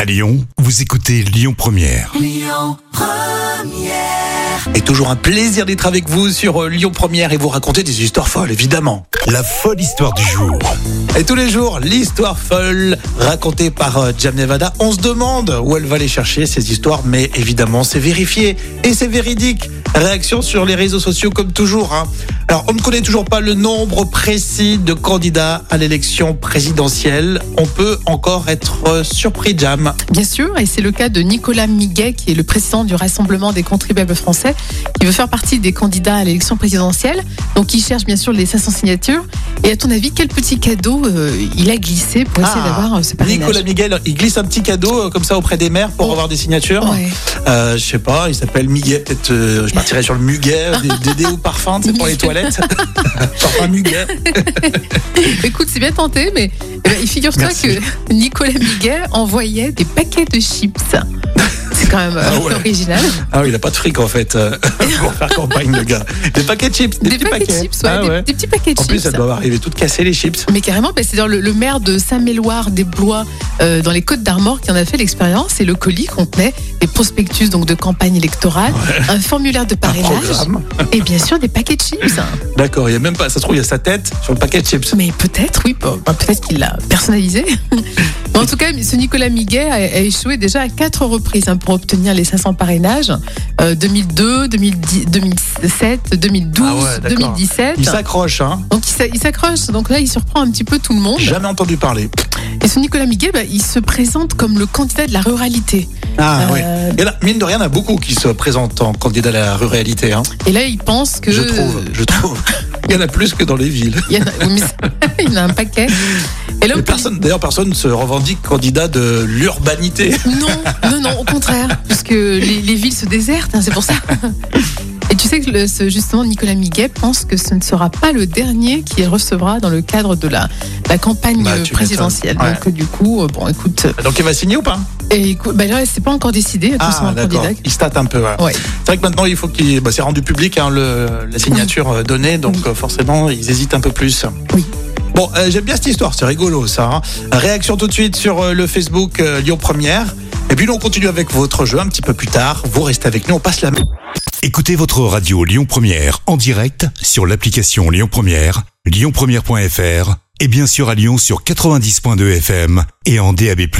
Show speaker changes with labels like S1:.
S1: À Lyon, vous écoutez Lyon Première.
S2: Et toujours un plaisir d'être avec vous sur euh, Lyon Première et vous raconter des histoires folles, évidemment.
S1: La folle histoire du jour.
S2: Et tous les jours, l'histoire folle racontée par euh, Jam Nevada. On se demande où elle va les chercher ces histoires, mais évidemment, c'est vérifié et c'est véridique. Réaction sur les réseaux sociaux comme toujours. hein. Alors, on ne connaît toujours pas le nombre précis de candidats à l'élection présidentielle. On peut encore être euh, surpris, Jam.
S3: Bien sûr, et c'est le cas de Nicolas Miguet, qui est le président du Rassemblement des contribuables français, qui veut faire partie des candidats à l'élection présidentielle. Donc, il cherche bien sûr les 500 signatures. Et à ton avis, quel petit cadeau euh, il a glissé pour essayer
S2: Ah,
S3: d'avoir euh, ce parrainage
S2: Nicolas Miguel, il glisse un petit cadeau euh, comme ça auprès des maires pour
S3: Oh.
S2: avoir des signatures.
S3: Ouais.
S2: Euh, je sais pas, il s'appelle Miguet, peut-être euh, je partirais sur le muguet, euh, des, des déos parfums, tu sais, pour les toilettes. Parfum muguet.
S3: Écoute, c'est bien tenté, mais eh ben, figure-toi
S2: Merci.
S3: que Nicolas Miguet envoyait des paquets de chips. C'est quand même euh,
S2: Ah ouais.
S3: original.
S2: Ah oui, il a pas de fric en fait euh, pour faire campagne le gars. Des paquets de chips, des,
S3: Des,
S2: petits
S3: paquets,
S2: paquets.
S3: de chips, ouais,
S2: Ah
S3: des,
S2: ouais.
S3: des petits paquets de
S2: En
S3: chips.
S2: plus, elles doivent arriver toutes cassées les chips.
S3: Mais carrément, bah, c'est dans le, le maire de Saint-Méloire des Blois, euh, dans les Côtes d'Armor, qui en a fait l'expérience. Et le colis contenait des prospectus donc de campagne électorale, un formulaire de
S2: Un
S3: parrainage
S2: programme.
S3: et bien sûr des paquets de chips.
S2: D'accord, il y a même pas, ça se trouve, il y a sa tête sur le paquet de chips.
S3: Mais peut-être, oui, bah, bah, peut-être qu'il l'a personnalisé. Mais en tout cas, ce Nicolas Miguet a, a échoué déjà à quatre reprises hein, pour obtenir les 500 parrainages Euh, 2002, 2010, 2007, 2012,
S2: Ah ouais, d'accord.
S3: 2017.
S2: Il s'accroche, hein.
S3: Donc il s'a- il s'accroche. Donc là, il surprend un petit peu tout le monde.
S2: Jamais entendu parler.
S3: Et ce Nicolas Miguet, bah, il se présente comme le candidat de la ruralité.
S2: Ah oui.
S3: Euh,
S2: Il y en a- mine de rien, il y en a beaucoup qui se présentent en candidat à la ruralité. Hein.
S3: Et là, il pense que.
S2: Je trouve, je trouve. Il y en a plus que dans les villes.
S3: Il y en a, oui, mais c'est- il y en a un paquet. Et là,
S2: Et
S3: on peut-
S2: personne, d'ailleurs, personne ne se revendique candidat de l'urbanité.
S3: Non, non, non, au contraire, puisque les, les villes se désertent, hein, c'est pour ça. Et tu sais que le- ce- justement, Nicolas Miguet pense que ce ne sera pas le dernier qu'il recevra dans le cadre de la, la campagne
S2: Bah,
S3: euh,
S2: tu
S3: présidentielle.
S2: m'étonnes.
S3: Donc, du coup, euh, bon, écoute,
S2: Donc il va signer ou pas
S3: et, écoute, bah, là, c'est pas encore décidé, attention
S2: Ah
S3: un
S2: d'accord.
S3: candidat.
S2: Il se tâte un peu. ouais.
S3: Ouais.
S2: C'est vrai que maintenant il faut qu'il, bah, c'est rendu public hein, le, la signature euh, donnée, donc
S3: Oui.
S2: euh, forcément ils hésitent un peu plus.
S3: Oui.
S2: Bon, euh, j'aime bien cette histoire, c'est rigolo ça. hein. Réaction tout de suite sur euh, le Facebook euh, Lyon Première. Et puis nous on continue avec votre jeu un petit peu plus tard. Vous restez avec nous, on passe la main.
S1: Écoutez votre radio Lyon Première en direct sur l'application Lyon Première, lyonpremière.fr et bien sûr à Lyon sur 90.2 FM et en DAB+.